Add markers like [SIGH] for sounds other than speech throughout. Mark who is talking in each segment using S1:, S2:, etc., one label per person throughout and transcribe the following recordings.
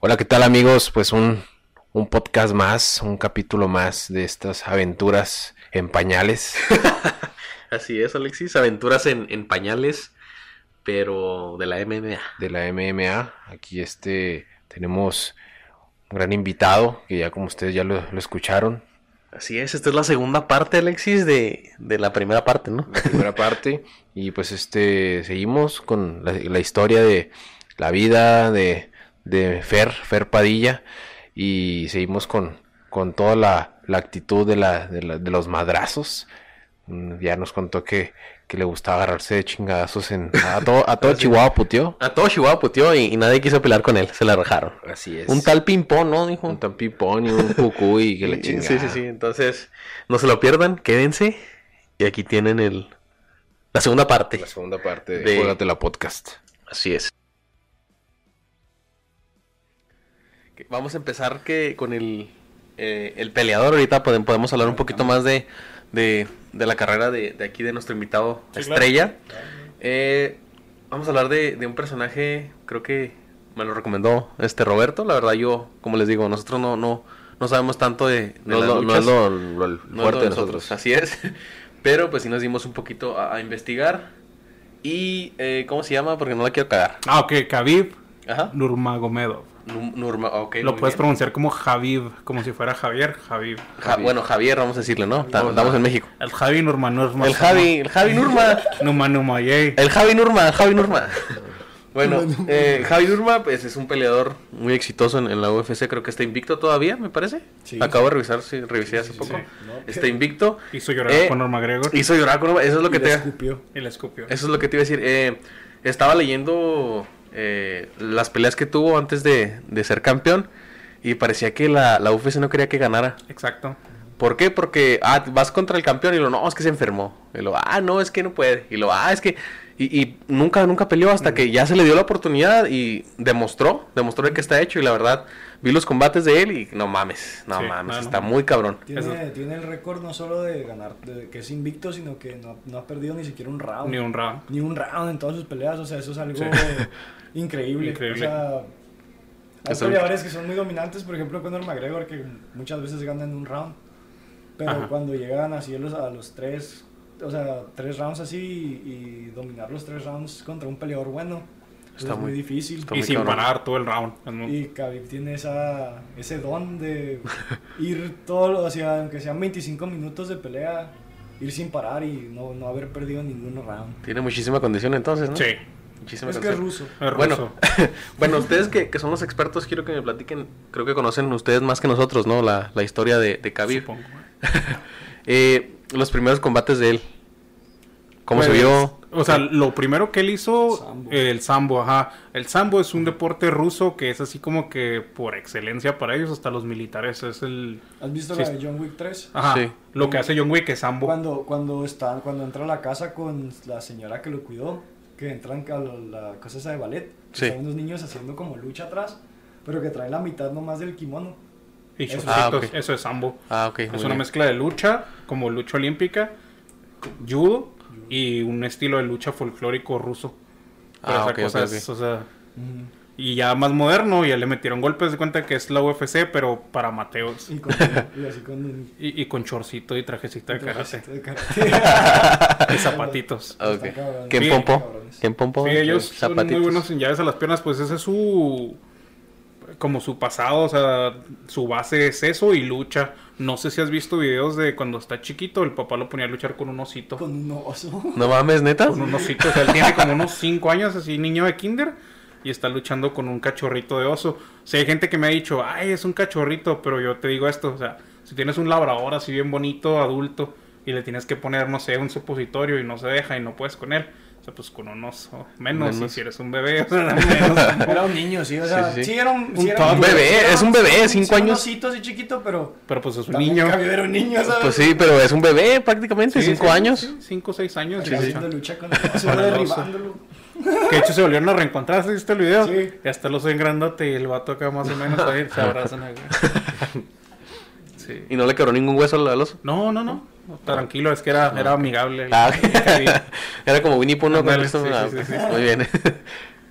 S1: Hola, ¿qué tal amigos? Pues un, un, podcast más, un capítulo más de estas aventuras en pañales.
S2: Así es, Alexis, aventuras en, en, pañales, pero de la MMA.
S1: De la MMA, aquí este tenemos un gran invitado, que ya como ustedes ya lo, lo escucharon.
S2: Así es, esta es la segunda parte, Alexis, de, de la primera parte, ¿no?
S1: La primera parte, y pues este, seguimos con la, la historia de la vida, de, de Fer, Fer Padilla, y seguimos con, con toda la, la actitud de, la, de, la, de, los madrazos. Mm, Ya nos contó que, que le gustaba agarrarse de chingadazos en, a, to, [LAUGHS] a todo Chihuahua puteó.
S2: A todo Chihuahua puteó y, y, nadie quiso pelear con él, se la arrojaron.
S1: Así es.
S2: Un tal ping-pong, ¿no? Dijo.
S1: Un tal ping-pong y un cucú y que le chingada.
S2: [LAUGHS] Sí, sí, sí. Entonces, no se lo pierdan, quédense. Y aquí tienen el la segunda parte.
S1: La segunda parte de, Juegate la Podcast.
S2: Así es. Vamos a empezar que con el, eh, el peleador. Ahorita podemos, podemos hablar un poquito más de, de, de la carrera de, de, aquí de nuestro invitado sí, estrella. Claro. Eh, vamos a hablar de, de, un personaje, creo que me lo recomendó este Roberto. La verdad yo, como les digo, nosotros no, no, no sabemos tanto de...
S1: No, las lo, luchas. no, es lo, lo fuerte no es de nosotros.
S2: Así es. [LAUGHS] Pero pues sí nos dimos un poquito a, a investigar. Y, eh, ¿cómo se llama? Porque no la quiero cagar.
S3: Ah, ok, Khabib Ajá. Nurmagomedov.
S2: Nurma, ah, okay,
S3: lo puedes bien. pronunciar como Javib, como si fuera Javier, Javib.
S2: Ja, bueno, Javier, vamos a decirle, ¿no? Estamos en México.
S3: El Javi Nurma, Nurma.
S2: El Javi, el Javi Nurma.
S3: Numa, Numa, yay.
S2: El Javi Nurma, el Javi
S3: [LAUGHS]
S2: Nurma. bueno, eh, Javi Nurma, pues es un peleador muy exitoso en, en, la UFC, creo que está invicto todavía, me parece. Sí. Acabo de revisar, sí, revisé hace sí, poco. No, está invicto.
S3: Hizo llorar eh, con Norma Gregor.
S2: Hizo llorar con Norma, eso es lo que
S3: y
S2: te...
S3: La escupió. Y la escupió.
S2: Eso es lo que te iba a decir. Eh, estaba leyendo... Eh, las peleas que tuvo antes de, de, ser campeón y parecía que la, la UFC no quería que ganara.
S3: Exacto.
S2: ¿Por qué? Porque ah, vas contra el campeón y lo no, es que se enfermó. Y lo, ah, no, es que no puede. Y lo, ah, es que. Y, y nunca, nunca peleó hasta mm. que ya se le dio la oportunidad y demostró, demostró de que está hecho. Y la verdad, vi los combates de él y no mames, no sí, mames, claro. está muy cabrón.
S4: Tiene, tiene el récord no solo de ganar, de que es invicto, sino que no, no, ha perdido ni siquiera un round.
S3: Ni un round.
S4: Ni un round en todas sus peleas, o sea, eso es algo. Sí. De, [LAUGHS] increíble. increíble. O sea, hay es peleadores el... que son muy dominantes, por ejemplo, Conor McGregor, que muchas veces ganan un round, pero Ajá. cuando llegan así a los, a los tres, o sea, tres rounds así y, y dominar los tres rounds contra un peleador bueno. Está es muy, muy difícil. Está
S3: y
S4: muy
S3: sin cabrón. parar todo el round.
S4: Muy... Y Khabib tiene esa, ese don de ir todo, o sea, aunque sean 25 minutos de pelea, ir sin parar y no, no haber perdido ningún round.
S2: Tiene muchísima condición entonces, ¿no?
S3: Sí.
S4: Muchísima es canción. que es ruso.
S3: Es
S2: bueno,
S3: ruso.
S2: [LAUGHS] bueno, ustedes que, que, son los expertos, quiero que me platiquen. Creo que conocen ustedes más que nosotros, ¿no? La, la historia de, de Khabib. eh, los primeros combates de él. ¿Cómo pues, se vio?
S3: O sea, lo primero que él hizo, sambo. Eh, el sambo, ajá. El sambo es un deporte ruso que es así como que por excelencia para ellos, hasta los militares. Es el.
S4: ¿Has visto sí. Ah, la de John Wick 3?
S3: Ajá. Sí. Lo que hace John Wick es sambo.
S4: Cuando, cuando, está, cuando entra a la casa con la señora que lo cuidó, que entran a la, la, cosa esa de ballet. Que sí. Están unos niños haciendo como lucha atrás, pero que traen la mitad nomás del kimono.
S3: Y eso, ah, okay. eso es sambo.
S2: Ah, okay,
S3: es una bien. mezcla de lucha, como lucha olímpica, judo y un estilo de lucha folclórico ruso. Pero ah, okay, cosa es, o sea, uh -huh. Y ya más moderno, ya le metieron golpes de cuenta que es la UFC, pero para Mateos.
S4: Y con, y así con,
S3: y, y con chorcito y trajecito de karate. y zapatitos.
S2: Okay. Ah, ¿Quién sí, pompo? ¿Quién pompo?
S3: Sí, ellos zapatitos. son muy buenos sin llaves a las piernas, pues ese es su... Como su pasado, o sea, su base es eso y lucha. No sé si has visto videos de cuando está chiquito, el papá lo ponía a luchar con un osito.
S4: ¿Con un oso?
S2: [LAUGHS] ¿No mames, neta?
S3: Con un osito. O sea, él tiene como unos 5 años, así, niño de kinder y está luchando con un cachorrito de oso. O sea, hay gente que me ha dicho, ay, es un cachorrito, pero yo te digo esto, o sea, si tienes un labrador así bien bonito, adulto, y le tienes que poner, no sé, un supositorio y no se deja y no puedes con él. O sea, pues con un oso. Menos, menos. si eres un bebé. O sea, [LAUGHS]
S4: menos. era un niño, sí. O sea, sí, sí. sí era un, sí era
S2: un, un bebé. Era, es un bebé, cinco años.
S4: Sí, así chiquito, pero.
S3: Pero pues es un niño.
S4: Era un niño, ¿sabes?
S2: Pues sí, pero es un bebé prácticamente, cinco años.
S3: cinco o seis años.
S4: Haciendo lucha con el oso, derribándolo.
S3: Que de hecho se volvieron a reencontrar, ¿sí viste el video? Sí. Y hasta los ven grandote y el vato acá más o menos ahí se abrazan ahí.
S2: Sí. ¿Y no le quebró ningún hueso al oso?
S3: No, no, no. Tranquilo, es que era, era amigable.
S2: Ah, era como Winnie Pooh, ¿no? Con el oso. Ah, Muy bien. [LAUGHS]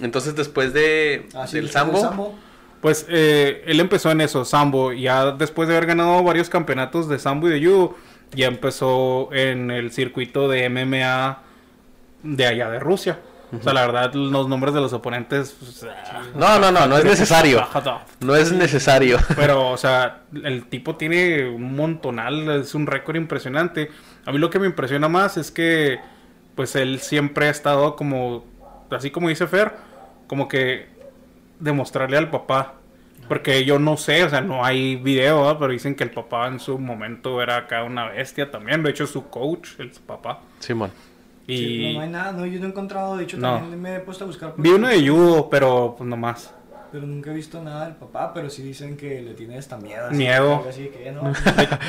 S2: Entonces, después de,
S4: Ah, sí,
S2: del
S4: el Sambo.
S2: Sambo,
S3: [LAUGHS] Pues eh, él empezó en eso, Sambo. Ya después de haber ganado varios campeonatos de Sambo y de Judo, ya empezó en el circuito de MMA de allá de Rusia. O sea, la verdad, los nombres de los oponentes. pues, ah,
S2: No, no, no, no es necesario. No es necesario.
S3: Pero, o sea, el tipo tiene un montonal, es un récord impresionante. A mí lo que me impresiona más es que, pues, él siempre ha estado como, así como dice Fer, como que demostrarle al papá. Porque yo no sé, o sea, no hay video, ¿verdad? pero dicen que el papá en su momento era acá una bestia también. De hecho, es su coach, el su papá.
S2: Simón.
S3: Y
S4: Sí, no, no hay nada, no, yo no he encontrado, de hecho
S3: No.
S4: también me he puesto a buscar. por
S3: vi uno de
S4: YouTube,
S3: judo, pero pues nomás.
S4: Pero nunca he visto nada del papá, pero sí dicen que le tiene esta miedo. así,
S3: Miedo.
S4: algo Así que no. [LAUGHS]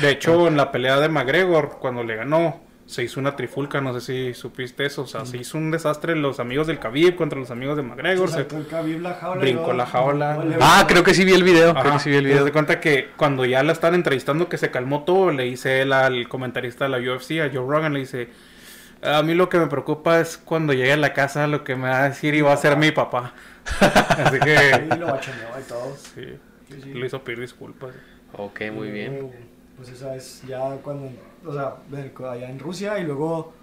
S3: De, de hecho, en la pelea de McGregor, cuando le ganó, se hizo una trifulca, no sé si supiste eso. O sea, se hizo un desastre los amigos del Khabib contra los amigos de McGregor. Se...
S4: Saltó el Khabib la jaula y
S3: brincó
S4: luego-
S3: la jaula.
S4: luego le-
S2: Ah, creo que sí vi el video. Creo
S3: Ajá,
S2: que sí vi el
S3: y haz
S2: video.
S3: de cuenta que cuando ya la están entrevistando, que se calmó todo, le dice él al comentarista de la UFC, a Joe Rogan, le dice... A mí lo que me preocupa es cuando llegue a la casa lo que me va a decir y va a ser mi papá. [LAUGHS] Así
S4: Y
S3: que
S4: lo bachoneó y todo.
S3: sí,
S4: Sí, sí.
S3: le hizo pedir disculpas.
S2: Ok,
S4: Y
S2: muy bien.
S4: luego, Pues esa es ya cuando, o sea, ver- allá en Rusia y luego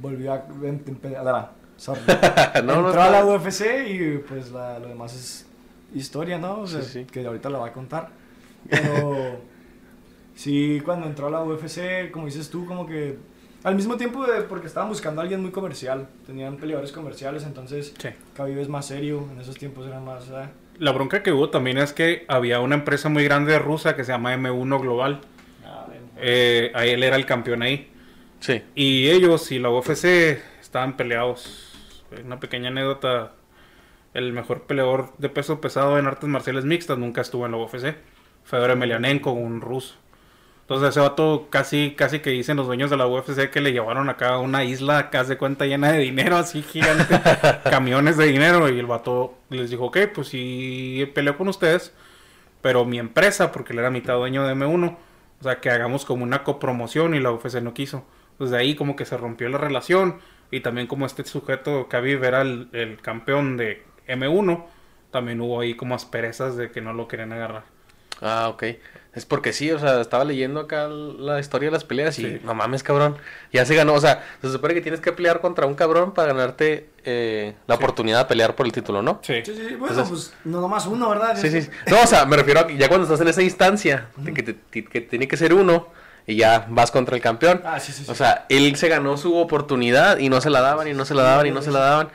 S4: volvió a... em- empe- ah, sorry.
S2: [LAUGHS] No, no
S4: Entró a la
S2: está-
S4: UFC y pues la- lo demás es historia, ¿no? O sea,
S2: Sí, sí.
S4: que ahorita la va a contar.
S2: [LAUGHS]
S4: Pero sí, cuando entró a la UFC, como dices tú, como que al mismo tiempo de- porque estaban buscando a alguien muy comercial, tenían peleadores comerciales, entonces
S3: Sí.
S4: Khabib es más serio, en esos tiempos era más... ah,
S3: La bronca que hubo también es que había una empresa muy grande rusa que se llama M1 Global.
S4: ah,
S3: Eh, ahí él era el campeón ahí.
S2: Sí.
S3: Y ellos y la UFC estaban peleados. Eh, Una pequeña anécdota. El mejor peleador de peso pesado en artes marciales mixtas nunca estuvo en la UFC. Fedor Emelianenko, un ruso. Entonces ese vato casi, casi que dicen los dueños de la UFC que le llevaron acá a una isla, casi de cuenta llena de dinero, así gigante, camiones de dinero. Y el vato les dijo, ok, pues sí peleo con ustedes, pero mi empresa, porque él era mitad dueño de M1, o sea, que hagamos como una copromoción y la UFC no quiso. Desde ahí como que se rompió la relación y también como este sujeto Khabib era el, el campeón de M1, también hubo ahí como asperezas de que no lo querían agarrar.
S2: Ah, ok. Es porque sí, o sea, estaba leyendo acá la historia de las peleas y
S3: Sí.
S2: no mames, cabrón. Ya se ganó, o sea, se supone que tienes que pelear contra un cabrón para ganarte eh, la oportunidad de pelear por el título, ¿no?
S4: Sí, sí, bueno, pues no nomás uno, ¿verdad?
S2: Sí, sí. sí. No, o sea, me refiero a que ya cuando estás en esa instancia, de que, te- ti- que tiene que ser uno y ya vas contra el campeón.
S4: Ah, sí, sí, sí.
S2: O sea, él se ganó su oportunidad y no se la daban, y no se la daban, y no se la daban.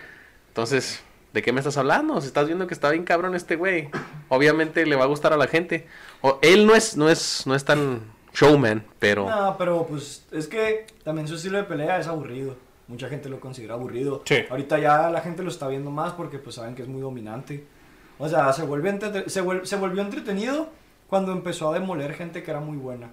S2: Entonces, ¿de qué me estás hablando? Si estás viendo que está bien cabrón este güey. Obviamente le va a gustar a la gente. O, él no es, no es, no es tan showman, pero.
S4: No, pero pues es que también su estilo de pelea es aburrido. Mucha gente lo considera aburrido.
S3: Sí.
S4: Ahorita ya la gente lo está viendo más porque pues saben que es muy dominante. O sea, se, vuelve entrete- se, vuel- se volvió entretenido cuando empezó a demoler gente que era muy buena.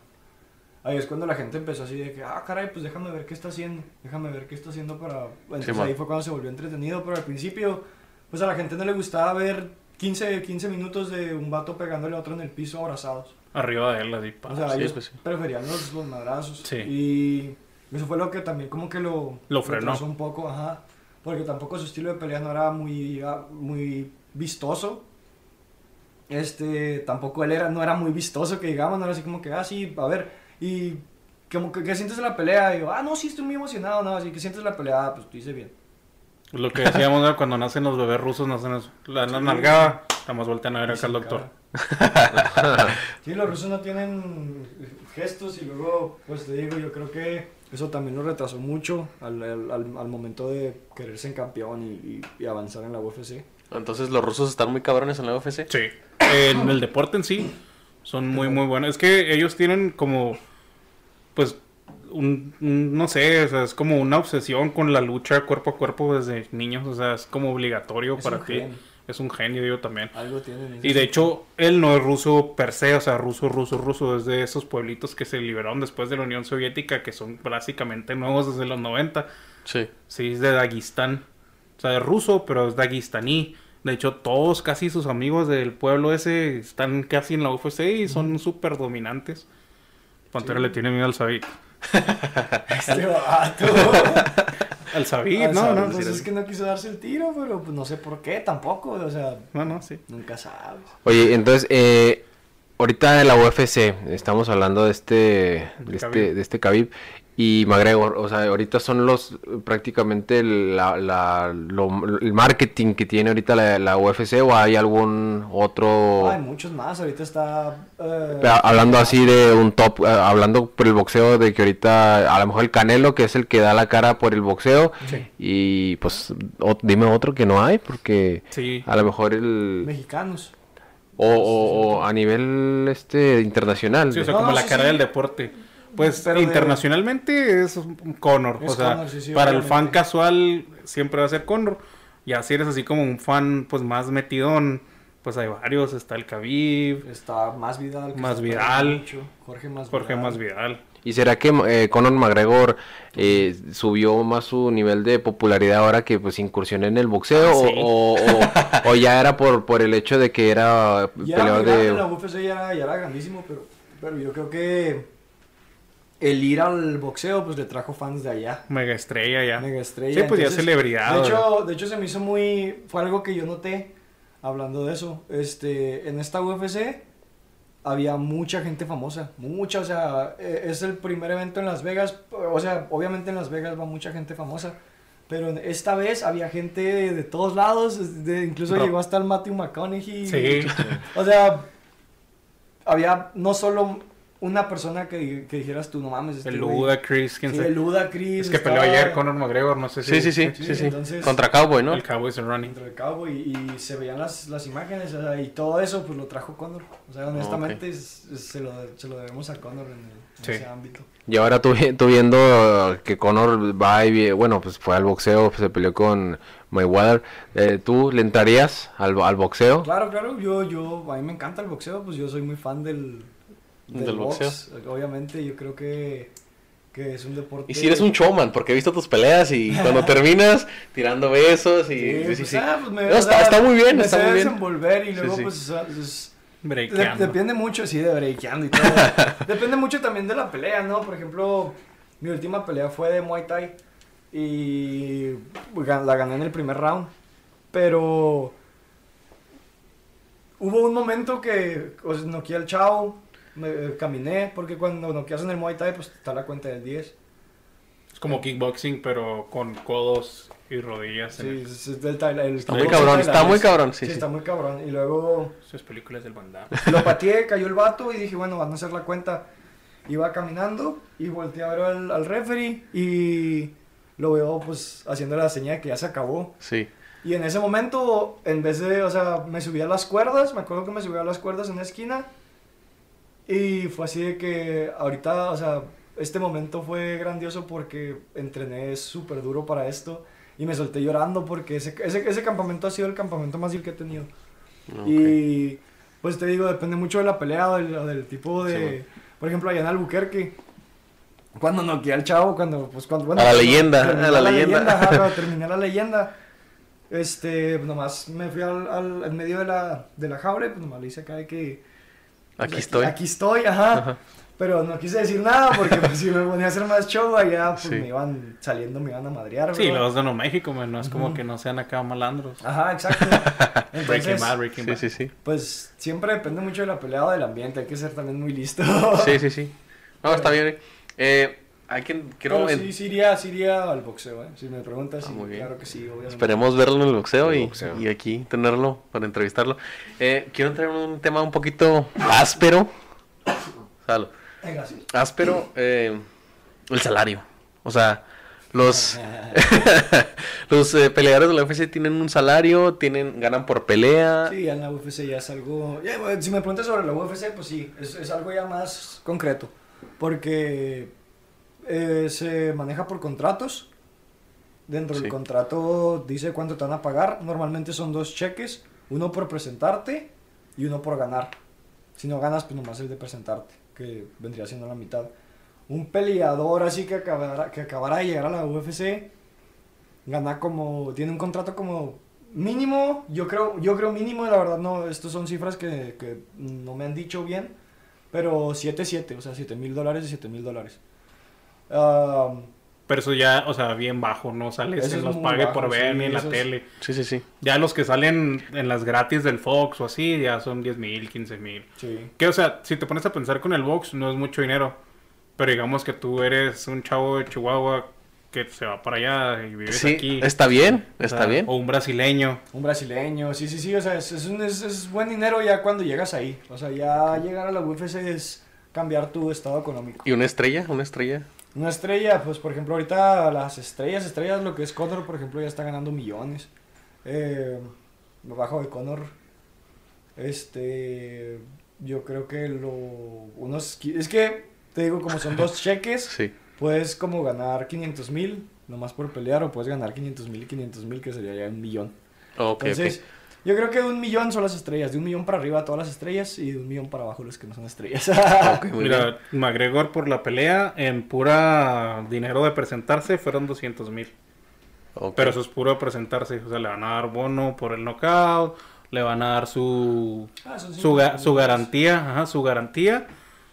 S4: Ahí es cuando la gente empezó así de que, ah, caray, pues déjame ver qué está haciendo. Déjame ver qué está haciendo para... Entonces
S2: Simón.
S4: ahí fue cuando se volvió entretenido, pero al principio, pues a la gente no le gustaba ver 15, 15 minutos de un vato pegándole a otro en el piso abrazados.
S3: Arriba de él, así. pa.
S4: O sea,
S2: sí,
S4: ellos
S2: pues sí.
S4: preferían los, los madrazos.
S3: Sí.
S4: Y eso fue lo que también como que lo...
S3: Lo frenó.
S4: retrasó un poco, ajá. Porque tampoco su estilo de pelea no era muy, ah, muy vistoso. Este, tampoco él era, no era muy vistoso, que digamos, no era así como que, ah, sí, a ver, y como que, ¿qué sientes de la pelea? Y yo, ah, no, sí, estoy muy emocionado, no, así que sientes de la pelea, Ah, pues tú hice bien.
S3: Lo que decíamos ¿no? cuando nacen los bebés rusos, nacen eso. La, la nalgada, nada más voltean a ver acá al doctor.
S1: [LAUGHS]
S4: Sí, los rusos no tienen gestos y luego, pues te digo, yo creo que eso también lo retrasó mucho al, al- al- al momento de quererse en campeón y, y- y avanzar en la UFC.
S2: Entonces, los rusos están muy cabrones en la UFC.
S3: Sí. En el deporte en sí, son muy, muy buenos. Es que ellos tienen como, pues, un, un- no sé, o sea, es como una obsesión con la lucha cuerpo a cuerpo desde niños. O sea, es como obligatorio
S4: Es
S3: para
S4: un
S3: ti.
S4: genio. Ah,
S3: Es un genio, yo también.
S4: Algo tienen.
S3: Y de hecho, él no es ruso per se, o sea, ruso, ruso, ruso, desde esos pueblitos que se liberaron después de la Unión Soviética, que son básicamente nuevos desde los 90.
S2: Sí.
S3: Sí, es de Dagestán. O está de ruso, pero es daguestaní. De hecho, todos casi sus amigos del pueblo ese están casi en la UFC y son súper dominantes. Pantera
S4: Sí.
S3: le tiene miedo al Sabit.
S4: [LAUGHS]
S3: [LAUGHS]
S4: Este vato.
S3: Al Sabit,
S4: Ah,
S3: no,
S4: sabe,
S3: no,
S4: pues
S3: no.
S4: es que no quiso darse el tiro, pero pues, no sé por qué tampoco. O sea,
S3: No, no, sí.
S4: nunca sabes.
S1: Oye, entonces, eh, ahorita de la UFC, estamos hablando de este, de este,
S3: Khabib.
S1: de este Khabib y McGregor, o sea, ahorita son los, eh, prácticamente la, la- lo- el marketing que tiene ahorita la, la UFC o hay algún
S3: Oh.
S1: otro,
S4: Hay muchos más. Ahorita está. eh,
S1: Pero hablando así de un top, eh, hablando por el boxeo, de que ahorita a lo mejor el Canelo, que es el que da la cara por el boxeo, y pues o- dime otro que no hay, porque
S3: Sí.
S4: Ah,
S1: a lo mejor el...
S4: mexicanos.
S1: O,
S2: Ah,
S1: o- o a nivel este internacional.
S3: Sí, o
S1: de-
S3: sea,
S4: No,
S3: como la
S4: sí,
S3: cara
S4: sí.
S3: del deporte. Pues
S4: Pero de-
S3: internacionalmente es un Conor.
S4: Es
S3: o sea,
S4: Conor, sí, sí,
S3: para el
S4: obviamente.
S3: fan casual siempre va a ser Conor. Y así eres así como un fan pues más metidón. Pues hay varios. Está el Khabib,
S4: Está más Vidal. que
S3: Más
S4: está
S3: Vidal.
S4: mucho. Jorge más
S3: Jorge Más Vidal.
S1: ¿Y será que eh, Conor McGregor eh, subió más su nivel de popularidad ahora que pues incursionó en el boxeo?
S3: Ah,
S1: o-
S3: sí.
S1: o,
S2: [LAUGHS]
S1: o- o ya era por, por el hecho de que era
S4: Ya era
S1: peleador
S4: muy grande,
S1: de...
S4: la UFC ya era, ya era grandísimo, pero, pero yo creo que el ir al boxeo pues le trajo fans de allá.
S3: Mega estrella ya.
S4: Mega estrella.
S3: Sí, pues ya
S4: entonces,
S3: celebridad.
S4: De
S3: ¿verdad?
S4: hecho, de hecho, se me hizo muy. Fue algo que yo noté hablando de eso. Este, en esta UFC había mucha gente famosa. Mucha, o sea, eh, es el primer evento en Las Vegas. O sea, obviamente en Las Vegas va mucha gente famosa. Pero en- esta vez había gente de, de todos lados. de- incluso
S3: Ro-
S4: llegó hasta el Matthew McConaughey.
S3: Sí.
S4: O sea, había no solo una persona que, que dijeras tú, no mames. Este
S3: El
S4: güey".
S3: Luda, Chris, quién
S4: Sí,
S3: sabe.
S4: el Luda, Chris.
S3: Es que peleó
S4: estaba-
S3: ayer Conor McGregor, no sé si.
S2: Sí, sí, sí,
S4: sí,
S2: sí, sí.
S4: entonces-
S2: Contra Cowboy, ¿no?
S3: El Cowboys and Running.
S4: dentro de cabo y, y se veían las, las imágenes o sea, y todo eso pues lo trajo Condor. O sea, honestamente es- es- se, lo, se lo debemos a Condor en, el- en
S3: Sí.
S4: ese ámbito.
S1: Y ahora tú, vi- tú viendo eh, que Conor va y vie- bueno, pues fue al boxeo, se peleó con Mayweather. eh, ¿Tú le entrarías al, bo- al boxeo?
S4: Claro, claro, yo, yo, a mí me encanta el boxeo, pues yo soy muy fan del,
S2: Del
S4: box. Obviamente yo creo que, que es un deporte...
S2: Y si eres un showman, porque he visto tus peleas y cuando
S4: [LAUGHS]
S2: terminas tirando besos y...
S4: Sí,
S2: sí,
S4: pues,
S2: sí, sí.
S4: ah, pues, me-
S2: No,
S4: o sea,
S2: está, está muy bien,
S4: me
S2: está
S4: sé
S2: muy bien.
S4: desenvolver y
S2: Sí,
S4: luego
S2: sí.
S4: pues... o sea, es- De-
S3: Breakeando.
S4: depende mucho, sí, de breakeando y
S2: [LAUGHS]
S4: todo. depende mucho también de la pelea, ¿no? Por ejemplo, mi última pelea fue de Muay Thai y ga- la gané en el primer round. Pero hubo un momento que o sea, noqueé al chavo, me- eh, caminé, porque cuando noqueas en el Muay Thai, pues está la cuenta del 10.
S3: Es como kickboxing, pero con codos y rodillas. en
S4: Sí, es- es del tai- el-
S2: Está muy cabrón, está muy cabrón, sí,
S4: Sí,
S2: sí.
S4: está muy cabrón. Y luego
S3: Esas películas del bandado.
S4: [LAUGHS] Lo pateé, cayó el vato y dije, bueno, van a hacer la cuenta. Iba caminando y volteé a ver al, al referee y lo veo pues haciendo la señal de que ya se acabó.
S2: Sí.
S4: Y en ese momento, en vez de, o sea, me subí a las cuerdas, me acuerdo que me subí a las cuerdas en una esquina y fue así de que ahorita, o sea, este momento fue grandioso porque entrené súper duro para esto y me solté llorando porque ese, ese, ese campamento ha sido el campamento más difícil que he tenido.
S2: Ah,
S4: Y pues te digo, depende mucho de la pelea o del, o del tipo de...
S2: Sí, bueno.
S4: por ejemplo, allá en Albuquerque. Cuando noqueé al chavo, cuando... Pues, cuando bueno,
S2: A la
S4: cuando
S2: leyenda,
S4: terminó
S2: a la leyenda.
S4: ajá,
S2: [LAUGHS]
S4: cuando terminé la leyenda. Este, nomás me fui al, al- en medio de la, de la jaula y pues nomás le hice acá de que... pues,
S2: Aquí estoy.
S4: Aquí estoy, ajá. Pero no quise decir nada porque pues, si me ponía a hacer más show allá, pues
S2: Sí.
S4: me iban saliendo, me iban a madrear.
S3: Sí,
S4: ¿verdad?
S3: los de No México, man. No es como que no sean acá malandros.
S4: Ajá, exacto.
S3: [LAUGHS] Breaking
S4: Entonces,
S3: Bad, Breaking
S2: Sí,
S3: Bad.
S2: sí, sí.
S4: Pues siempre depende mucho de la pelea o del ambiente, hay que ser también muy listo. [LAUGHS]
S2: Sí, sí, sí. No, está bien. Eh, hay que... Quiero...
S4: Pero
S2: en-
S4: sí, sí iría, sí iría al boxeo, ¿eh? Si me preguntas,
S2: Ah,
S4: sí,
S2: muy bien.
S4: claro que sí, obviamente.
S2: Esperemos verlo en el boxeo,
S1: En el
S2: y,
S1: boxeo.
S2: y aquí tenerlo para entrevistarlo. Eh, quiero entrar en un tema un poquito áspero. Salo.
S4: Venga, sí. [LAUGHS]
S2: Áspero, eh, el salario. O sea, los, [LAUGHS] los eh, peleadores de la UFC tienen un salario, tienen ganan por pelea.
S4: Sí, ya en la UFC ya es algo... ya, bueno, si me preguntas sobre la UFC, pues sí, es, es algo ya más concreto. Porque eh, se maneja por contratos. Dentro
S2: Sí.
S4: del contrato dice cuánto te van a pagar. Normalmente son dos cheques, uno por presentarte y uno por ganar. Si no ganas, pues nomás el de presentarte, que vendría siendo la mitad. Un peleador así que acabara, que acabara de llegar a la UFC gana como, tiene un contrato como mínimo, yo creo, yo creo mínimo, la verdad no, estos son cifras que, que no me han dicho bien, pero 7-7, o sea, 7 mil dólares y 7 mil dólares. Ah,
S3: Pero eso ya, o sea, bien bajo, no sale,
S4: Eso
S3: se
S4: es
S3: los
S4: muy
S3: pague
S4: bajo,
S3: por ver
S4: sí,
S3: ni en la
S4: eso es-
S3: tele.
S2: Sí, sí, sí.
S3: Ya los que salen en las gratis del Fox o así, ya son 10 mil, 15 mil.
S4: sí.
S3: Que, o sea, si te pones a pensar con el box, no es mucho dinero. Pero digamos que tú eres un chavo de Chihuahua que se va para allá y vives
S2: Sí,
S3: aquí.
S2: está bien,
S3: o sea,
S2: está bien.
S3: O un brasileño.
S4: Un brasileño, sí, sí, sí, o sea, es, es un- es- es buen dinero ya cuando llegas ahí. O sea, ya llegar a la UFC es cambiar tu estado económico.
S2: ¿Y una estrella? ¿Una estrella?
S4: Una estrella, pues por ejemplo, ahorita las estrellas, estrellas, lo que es Conor, por ejemplo, ya está ganando millones. Eh, bajo de Conor, este, yo creo que lo, unos, qui- es que, te digo, como son dos cheques,
S2: Sí.
S4: puedes como ganar 500 mil, nomás por pelear, o puedes ganar 500 mil y 500 mil, que sería ya un millón.
S2: Ok,
S4: Entonces, yo creo que de un millón son las estrellas, de un millón para arriba todas las estrellas y de un millón para abajo los que no son estrellas. [LAUGHS]
S2: ok. Ok, muy bien.
S3: Mira, McGregor por la pelea, en pura dinero de presentarse, fueron 200 mil.
S2: Ok.
S3: Pero eso es puro de presentarse. O sea, le van a dar bono por el knockout, le van a dar su,
S4: Ah, son
S3: su, ga-
S4: 50
S3: su
S4: millones.
S3: garantía, ajá, su garantía.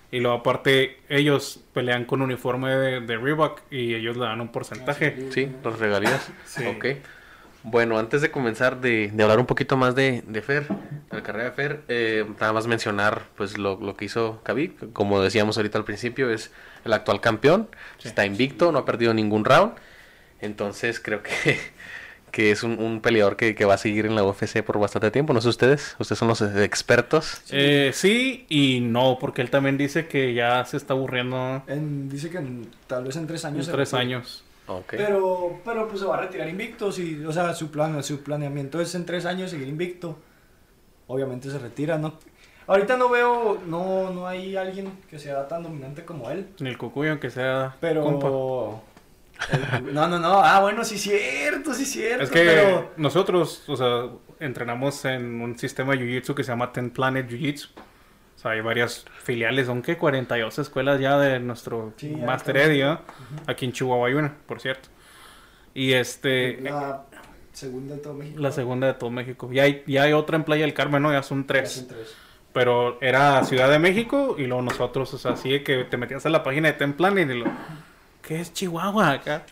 S3: Y luego aparte, ellos pelean con uniforme de, de Reebok y ellos le dan un porcentaje.
S2: Sí, los regalías.
S3: [LAUGHS] Sí.
S2: Ok. Bueno, antes de comenzar de, de hablar un poquito más de, de Fer, de la carrera de Fer, eh, nada más mencionar pues lo, lo que hizo Khabib, como decíamos ahorita al principio, es el actual campeón, está invicto, no ha perdido ningún round, entonces creo que, [LAUGHS] que es un, un peleador que, que va a seguir en la UFC por bastante tiempo, no sé ustedes, ustedes son los expertos.
S3: Eh, sí y no, porque él también dice que ya se está aburriendo
S4: En- dice que en- tal vez en tres años.
S3: unos
S4: se
S3: tres
S4: retire.
S3: años.
S2: Ok.
S4: Pero, pero pues se va a retirar invicto, sí, o sea, su plan, su planeamiento es en tres años seguir invicto. Obviamente se retira, ¿no? Ahorita no veo, no, no hay alguien que sea tan dominante como él.
S3: Ni el cucuyo, aunque sea
S4: Pero.
S3: compa.
S4: el- no, no, no. Ah, bueno, sí, cierto, sí, cierto.
S3: Es que
S4: Pero,
S3: nosotros, o sea, entrenamos en un sistema de Jiu-Jitsu que se llama Ten Planet Jiu-Jitsu. O sea, hay varias filiales, aunque 42 escuelas ya de nuestro
S4: Sí, ya
S3: Master
S4: acá.
S3: Eddy, ¿no? Aquí en Chihuahua hay una, por cierto. Y este, la,
S4: la segunda de todo México.
S3: segunda de todo México. Ya hay, ya hay otra en Playa del Carmen, ¿no? Ya son
S4: Ya
S3: tres.
S4: son tres.
S3: Pero era Ciudad de México y luego nosotros, o sea, así de que te metías a la página de Ten Planet y lo... ¿Qué es Chihuahua
S4: [LAUGHS]
S3: acá?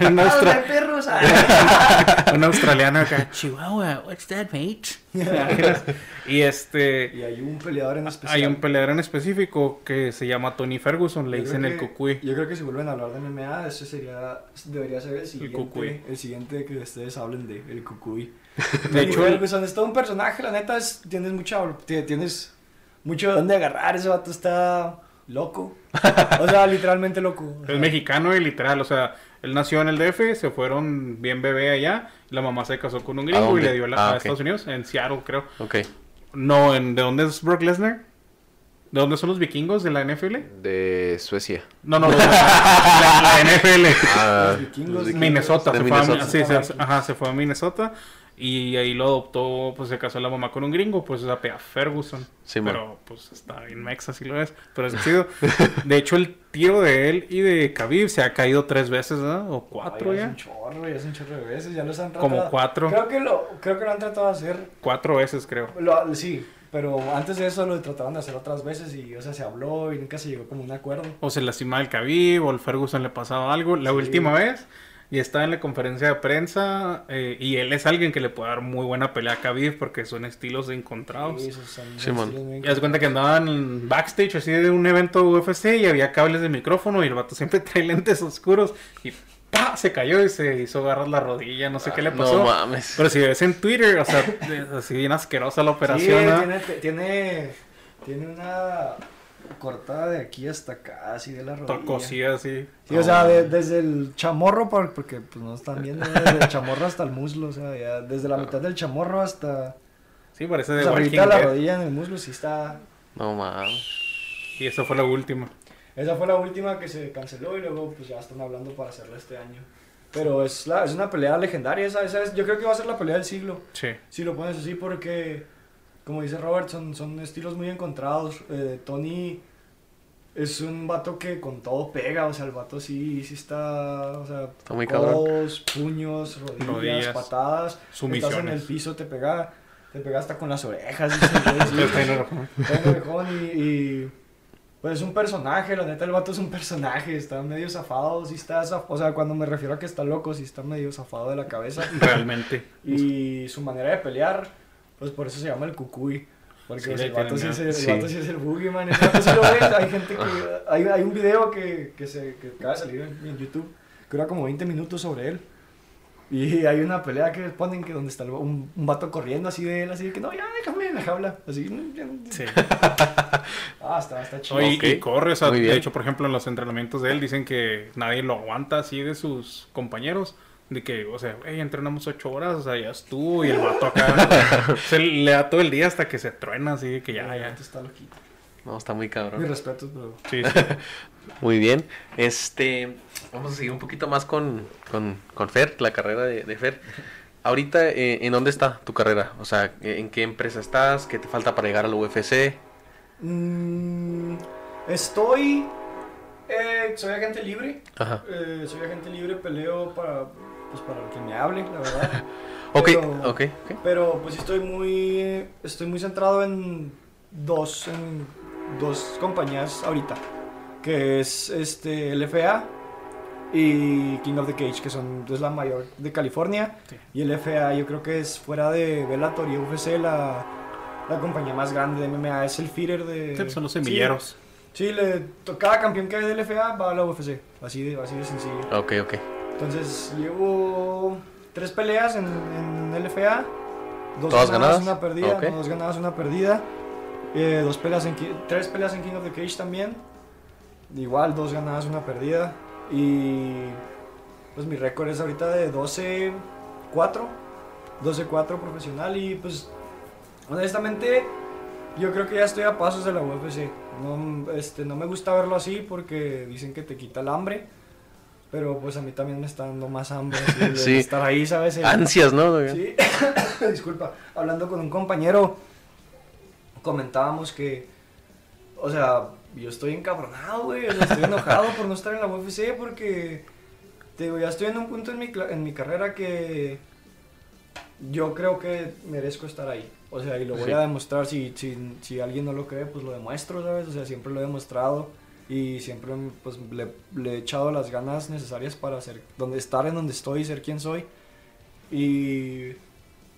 S3: En [LAUGHS] nuestra-
S4: ¡Ah, [LAUGHS] perros! Ah.
S3: [LAUGHS] Una australiana acá, Chihuahua, what's that,
S4: [LAUGHS]
S3: mate? y este,
S4: Y hay un peleador en especial.
S3: hay un peleador en específico que se llama Tony Ferguson, le
S4: Yo
S3: dicen
S4: creo
S3: el
S4: que-
S3: cucuy.
S4: Yo creo que si vuelven a hablar de MMA, ese sería, debería ser el siguiente,
S3: cucuy.
S4: el, siguiente que ustedes hablen de, el
S3: [LAUGHS]
S4: cucuy.
S3: De
S4: De
S3: hecho,
S4: hecho,
S3: el-
S4: es todo un personaje, la neta, es- tienes mucha, tie- tienes mucho de dónde agarrar, ese vato está loco,
S3: [LAUGHS]
S4: o sea, literalmente loco. o sea,
S3: Es mexicano y literal, o sea, él nació en el DF, se fueron bien bebé allá, la mamá se casó con un gringo y
S2: dónde?
S3: le dio la,
S2: Ah,
S3: a
S2: ok.
S3: Estados Unidos, en Seattle creo.
S2: Ok.
S3: No, en, ¿de dónde es Brock Lesnar? ¿De dónde son los vikingos de la NFL?
S1: De Suecia.
S3: No, no, los- la, la NFL.
S1: Ah,
S4: los vikingos,
S2: los
S3: Minnesota,
S2: De
S3: se fue, a,
S2: Minnesota.
S3: sí, se- ajá, se fue a Minnesota y ahí lo adoptó, pues se casó la mamá con un gringo, pues es a Ferguson.
S2: Sí, man.
S3: pero pues está bien mexa si lo es, pero es chido. De hecho, el tiro de él y de Khabib se ha caído tres veces, ¿no? O
S4: ay,
S3: cuatro
S4: ya. Es
S3: ya.
S4: un chorro, ya es un chorro de veces, ya los han tratado.
S3: Como cuatro.
S4: Creo que lo, creo que lo han tratado de hacer
S3: Cuatro veces, creo.
S4: Lo- sí, pero antes de eso lo trataban de hacer otras veces y, o sea, se habló y nunca se llegó como a un acuerdo.
S3: O se lastimaba el Khabib o el Ferguson le pasaba algo. La
S4: Sí.
S3: última vez... Y estaba en la conferencia de prensa eh, y él es alguien que le puede dar muy buena pelea a Khabib porque son estilos encontrados.
S4: Sí, esos son
S2: Simón.
S4: estilos muy
S3: Y haz cuenta que andaban backstage así de un evento UFC y había cables de micrófono y el vato siempre [LAUGHS] trae lentes oscuros y ¡pa! se cayó y se hizo agarrar la rodilla, no sé qué le pasó.
S2: Ah, No mames.
S3: Pero si ves en Twitter, o sea, es así bien asquerosa la operación.
S4: Sí,
S3: ¿no?
S4: tiene, te- tiene, tiene una cortada de aquí hasta acá, así de la rodilla.
S3: Tocó, sí, así.
S4: Sí, o sea, de- desde el chamorro, por- porque pues no están viendo, desde el chamorro hasta el muslo, o sea, ya desde la mitad del chamorro hasta...
S3: Sí, parece
S4: O
S3: de
S4: sea,
S3: Walking
S4: ahorita la
S3: Dead.
S4: rodilla en el muslo sí está...
S2: No mames.
S3: Y esa fue la última.
S4: Esa fue la última que se canceló y luego pues ya están hablando para hacerla este año. Pero es, la, es una pelea legendaria, esa, esa es, yo creo que va a ser la pelea del siglo.
S3: Sí.
S4: Si lo pones así porque, como dice Robertson, son estilos muy encontrados. Eh, Tony es un vato que con todo pega, o sea, el vato sí, sí está, o sea,
S2: Está muy cabrón.
S4: codos, puños, rodillas,
S3: Rodillas,
S4: patadas, estás en el
S3: sumisiones.
S4: piso, te pega, te pega hasta con las
S3: [LAUGHS]
S4: orejas, ese güey, sí,
S3: Está en el
S4: [LAUGHS]
S3: rojo.
S4: está en el orejón y, y, pues es un personaje, la neta el vato es un personaje, está medio zafado, sí está, zaf- o sea, cuando me refiero a que está loco, sí está medio zafado de la cabeza
S3: Realmente.
S4: y su manera de pelear, pues por eso se llama el cucuy. Porque
S3: Sí,
S4: o sea,
S3: le
S4: el, vato
S3: tienen
S4: sí es el,
S1: miedo.
S4: el
S1: Sí.
S4: vato sí es el boogeyman. el vato sí lo ves,
S3: [LAUGHS]
S4: Hay gente que.
S3: Ah.
S4: Hay, hay un video que, que, se, que acaba de salir en, en YouTube que dura como 20 minutos sobre él. Y hay una pelea que ponen que donde está el va- un, un vato corriendo así de él, así de que no, ya déjame en la jaula. Así. "No, ya no".
S3: Sí.
S4: Ah, está, está chido.
S3: Oye, y
S2: Ok.
S3: corre, o sea,
S2: Muy
S3: de
S2: bien.
S3: hecho, por ejemplo, en los entrenamientos de él dicen que nadie lo aguanta así de sus compañeros. De que, o sea, "Ey, entrenamos ocho horas, o sea, ya estuvo. Y el
S2: [LAUGHS]
S3: vato acá se le da todo el día hasta que se truena, así de que ya,
S4: El
S3: ya. Ah.
S4: vato está loquito.
S2: No, está muy
S4: Mis
S2: cabrón.
S4: respetos, pero.
S3: Sí, [LAUGHS] sí.
S2: Muy bien. Este, vamos a seguir un poquito más con, con, con Fer, la carrera de, de Fer. Ahorita, eh, ¿en dónde está tu carrera? O sea, eh, ¿en qué empresa estás? ¿Qué te falta para llegar al UFC?
S4: Mm, estoy. eh, soy agente libre.
S2: Ajá.
S4: Eh, soy agente libre, peleo para, pues, para que me hable, la verdad.
S2: [LAUGHS] Ok,
S4: Pero-
S2: ok, ok.
S4: Pero pues sí estoy muy, estoy muy centrado en dos, en dos compañías ahorita, que es este LFA y King of the Cage, que son es la mayor de California.
S3: Sí.
S4: Y LFA yo creo que es fuera de Bellator y UFC la, la compañía más grande de MMA, es el feeder de...
S3: pues, Son los
S4: Sí,
S3: semilleros.
S4: Sí, le, to- cada campeón que hay de LFA va a la UFC, así de, así de sencillo.
S2: Ok, ok.
S4: Entonces llevo tres peleas en, en LFA. Dos
S2: ¿Todas ganadas?
S4: Una perdida,
S2: Ok.
S4: Dos ganadas, una perdida. Eh, dos peleas en, Ki- tres peleas en King of the Cage también. Igual, dos ganadas, una perdida. Y pues mi récord es ahorita de 12-4. 12-4 profesional y pues honestamente yo creo que ya estoy a pasos de la UFC. No, este, no me gusta verlo así porque dicen que te quita el hambre. Pero pues a mí también me está dando más hambre. así, de
S2: Sí.
S4: Estar ahí, ¿sabes? El-
S2: Ansias, ¿no?
S4: [LAUGHS] Sí, disculpa. Hablando con un compañero, comentábamos que, o sea, yo estoy encabronado, güey. o sea, estoy enojado por no estar en la UFC porque, te digo, ya estoy en un punto en mi, cla- en mi carrera que yo creo que merezco estar ahí. O sea, y lo voy
S2: Sí.
S4: a demostrar. Si, si, si alguien no lo cree, pues lo demuestro, ¿sabes? O sea, siempre lo he demostrado. Y siempre pues, le, le he echado las ganas necesarias para ser, donde, estar en donde estoy y ser quien soy. Y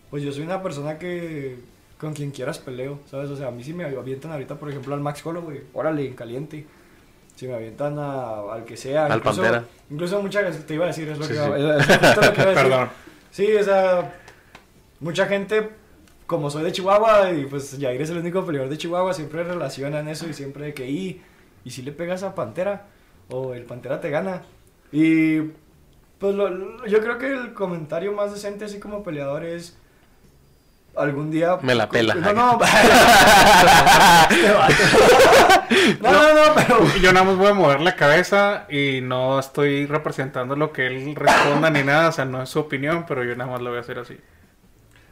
S4: pues yo soy una persona que con quien quieras peleo, ¿sabes? O sea, a mí si me avientan ahorita, por ejemplo, al Max Holloway, órale, en caliente. Si me avientan a- al que sea.
S2: Al
S4: incluso-
S2: Pantera.
S4: Incluso muchas veces te iba a decir, es lo
S2: Sí,
S4: que
S2: sí.
S4: iba- es- es justo
S2: [LAUGHS]
S4: lo que iba a decir.
S3: Perdón.
S4: Sí, o sea, mucha gente, como soy de Chihuahua, y pues Jair es el único peleador de Chihuahua, siempre relacionan eso y siempre de que, y, y si le pegas a Pantera, o el Pantera te gana. Y pues lo- lo- yo creo que el comentario más decente, así como peleador, es algún día.
S2: Me la pela.
S4: [LAUGHS] No, no.
S2: [LAUGHS]
S4: Este vato. no, no, no, pero.
S3: Yo nada más voy a mover la cabeza y no estoy representando lo que él responda ni nada, o sea, no es su opinión, pero yo nada más lo voy a hacer así.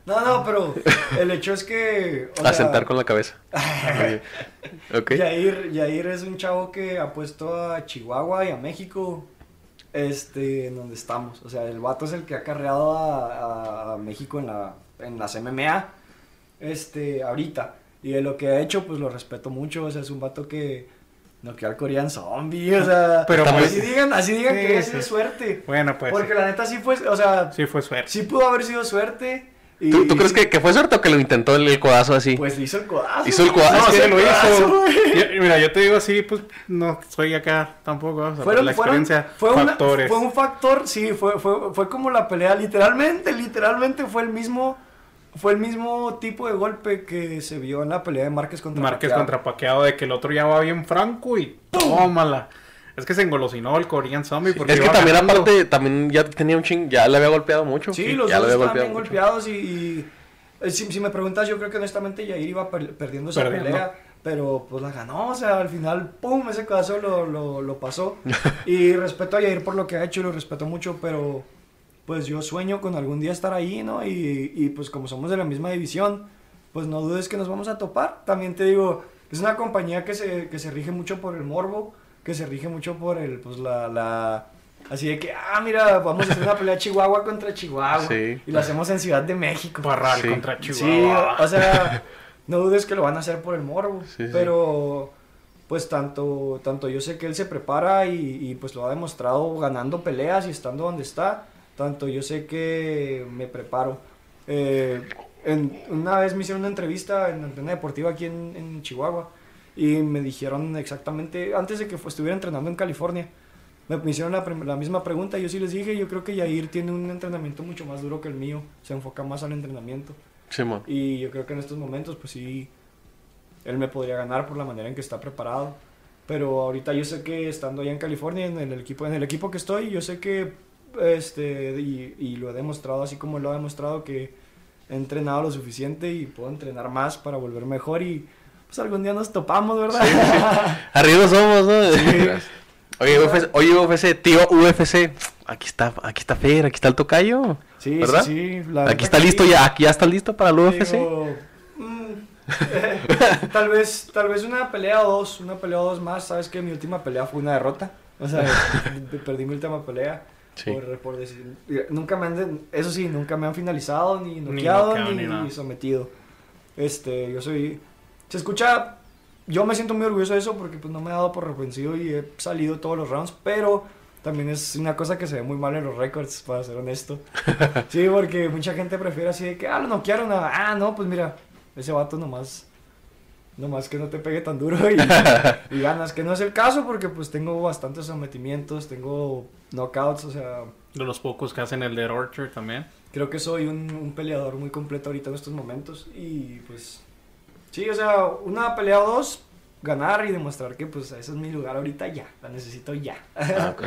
S4: No, no, pero el hecho es que. o sea,
S2: A sentar con la cabeza. Ok.
S4: Yair, Yair es un chavo que ha puesto a Chihuahua y a México este, en donde estamos. O sea, el vato es el que ha carreado a, a- a México en, la, en las MMA este, ahorita. Y de lo que ha hecho, pues lo respeto mucho. O sea, es un vato que noqueó al Korean Zombie. O sea,
S2: [LAUGHS]
S3: Pero,
S4: así,
S3: pues,
S4: digan, así digan
S3: sí,
S4: que
S3: sí.
S4: es de suerte.
S3: Bueno, pues.
S4: Porque la neta sí fue, o sea, sí,
S3: Sí, fue suerte.
S4: pudo haber sido suerte. Y,
S2: ¿Tú, tú crees que, que fue suerte o que lo intentó el, el codazo así?
S4: Pues le hizo el codazo.
S2: Hizo el
S3: Ah,
S2: codazo, es
S4: No,
S2: que
S4: hizo el
S2: lo
S4: codazo, güey.
S3: Yo- mira, yo te digo así, pues no soy acá tampoco. o sea,
S4: Fueron,
S3: la
S4: fueron-
S3: experiencia,
S4: fue, una-
S3: factores.
S4: fue un factor, sí, fue, fue, fue como la pelea, literalmente, literalmente fue el mismo, fue el mismo tipo de golpe que se vio en la pelea de Márquez contra
S3: Márquez
S4: Pacquiao.
S3: contrapaqueado de que el otro ya va bien franco y tómala. Es que se engolosinó el Korean Zombie. Porque
S2: Es que
S3: iba
S2: también
S3: ganando.
S2: aparte, también ya tenía un ching, ya le había golpeado mucho.
S4: Sí, los
S2: ya
S4: dos
S2: le había
S4: estaban bien
S2: mucho.
S4: golpeados y, y, eh, si, si me preguntas, yo creo que honestamente Yair iba per- perdiendo esa
S3: Perdiendo.
S4: pelea, pero pues la ganó, o sea, al final, pum, ese caso lo, lo, lo
S2: [LAUGHS]
S4: pasó. y respeto a Yair por lo que ha hecho, lo respeto mucho, pero pues yo sueño con algún día estar ahí, ¿no? Y, y pues como somos de la misma división, pues no dudes que nos vamos a topar. También te digo, es una compañía que se, que se rige mucho por el morbo, que se rige mucho por el, pues, la, la... Así de que, ah, mira, vamos a hacer una pelea Chihuahua contra Chihuahua.
S2: Sí.
S4: Y la hacemos en Ciudad de México.
S3: Parral
S2: Sí.
S3: contra
S4: Sí,
S3: Chihuahua. [LAUGHS]
S4: o sea, no dudes que lo van a hacer por el morbo.
S2: Sí, sí.
S4: pero, pues tanto, tanto yo sé que él se prepara y, y, pues lo ha demostrado ganando peleas y estando donde está, tanto yo sé que me preparo. Eh, en- una vez me hicieron una entrevista en Antena Deportiva aquí en, en Chihuahua y me dijeron exactamente, antes de que fu- estuviera entrenando en California, me me hicieron la, prim- la misma pregunta, yo sí les dije, yo creo que Yair tiene un entrenamiento mucho más duro que el mío, se enfoca más al entrenamiento.
S2: Simón.
S4: Y yo creo que en estos momentos, pues sí, él me podría ganar por la manera en que está preparado. Pero ahorita yo sé que estando allá en California, en el equipo, en el equipo que estoy, yo sé que, este, y, y lo he demostrado así como lo ha demostrado, que he entrenado lo suficiente y puedo entrenar más para volver mejor y pues algún día nos topamos, ¿verdad?
S2: Arriba somos, ¿no?
S1: Gracias.
S2: [LAUGHS] Oye, UFC, oye, UFC, tío UFC. Aquí está, aquí está Fer, aquí está el tocayo.
S4: [LAUGHS] Sí, sí,
S2: ¿verdad?
S4: sí, la
S1: Ah,
S4: verdad
S2: Aquí está
S4: que
S2: listo
S4: sí.
S2: ya, aquí ya está listo para el UFC.
S4: Digo, mm, [LAUGHS] tal vez tal vez una pelea o dos una pelea o dos más sabes que mi última pelea fue una derrota o sea pe- perdí mi última pelea
S2: Sí.
S4: por, por decir- nunca me han de- eso sí nunca me han finalizado ni noqueado
S3: noqueado,
S4: ni,
S3: ni nada.
S4: ni sometido este yo soy se escucha yo me siento muy orgulloso de eso porque pues no me he dado por vencido y he salido todos los rounds pero también es una cosa que se ve muy mal en los récords, para ser honesto. Sí, porque mucha gente prefiere así de que, ah, lo noquearon, ah, ah, no, pues mira, ese vato nomás, nomás que no te pegue
S2: [LAUGHS]
S4: tan duro y, y ganas, que no es el caso porque pues tengo bastantes sometimientos, tengo knockouts, o sea,
S3: De los pocos que hacen el Dead Orchard también.
S4: creo que soy un, un peleador muy completo ahorita en estos momentos y pues, sí, o sea, una pelea o dos, ganar y demostrar que pues ese es mi lugar ahorita ya, la necesito ya.
S2: Ah, ok.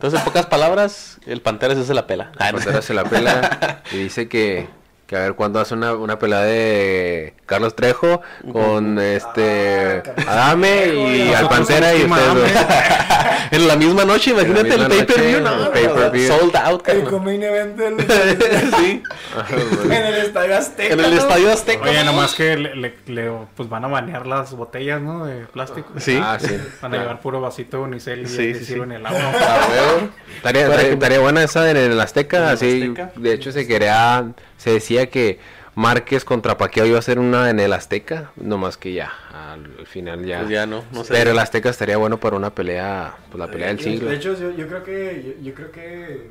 S2: Entonces, en pocas palabras, el Pantera se hace la pela. Ah, no.
S1: Pantera se la pela y dice que, que a ver cuándo hace una, una pelea de Carlos Trejo con este
S4: Carlos
S1: Adame y
S4: Trejo,
S1: al
S4: nosotros
S1: Pantera y
S3: encima,
S1: ustedes dos. [LAUGHS]
S2: en la misma noche,
S1: la
S2: imagínate
S1: misma
S2: el pay-per-view,
S1: noche,
S2: no,
S1: el pay-per-view.
S2: sold out,
S4: [LAUGHS] El
S1: [LAUGHS]
S2: carnal.
S4: coming event del-
S2: [LAUGHS] sí,
S1: Ajá,
S4: en
S1: güey.
S4: el Estadio Azteca.
S2: en el
S4: ¿no?
S2: estadio Azteca.
S3: Oye, nomás que le, le- le- pues van a banear las botellas, ¿no? De plástico.
S2: Sí.
S1: Ah, sí.
S3: Van a llevar puro vasito de unicel y
S2: Sí,
S3: sí,
S2: sí, sí.
S3: en el agua.
S1: Ah, huevo. Tarea,
S2: Para
S1: tarea-
S2: que-
S1: tarea buena esa en el
S2: ¿En
S1: Azteca,
S2: el
S1: sí,
S2: Azteca?
S1: de hecho se quería, se decía que Márquez contra Paquiao iba a ser una en el Azteca, nomás que ya, al, al final ya,
S2: Pues ya no, no sé.
S1: pero el Azteca estaría bueno para una pelea, pues la pelea del
S4: De-
S1: siglo.
S4: De hecho, yo, yo creo que yo, yo creo que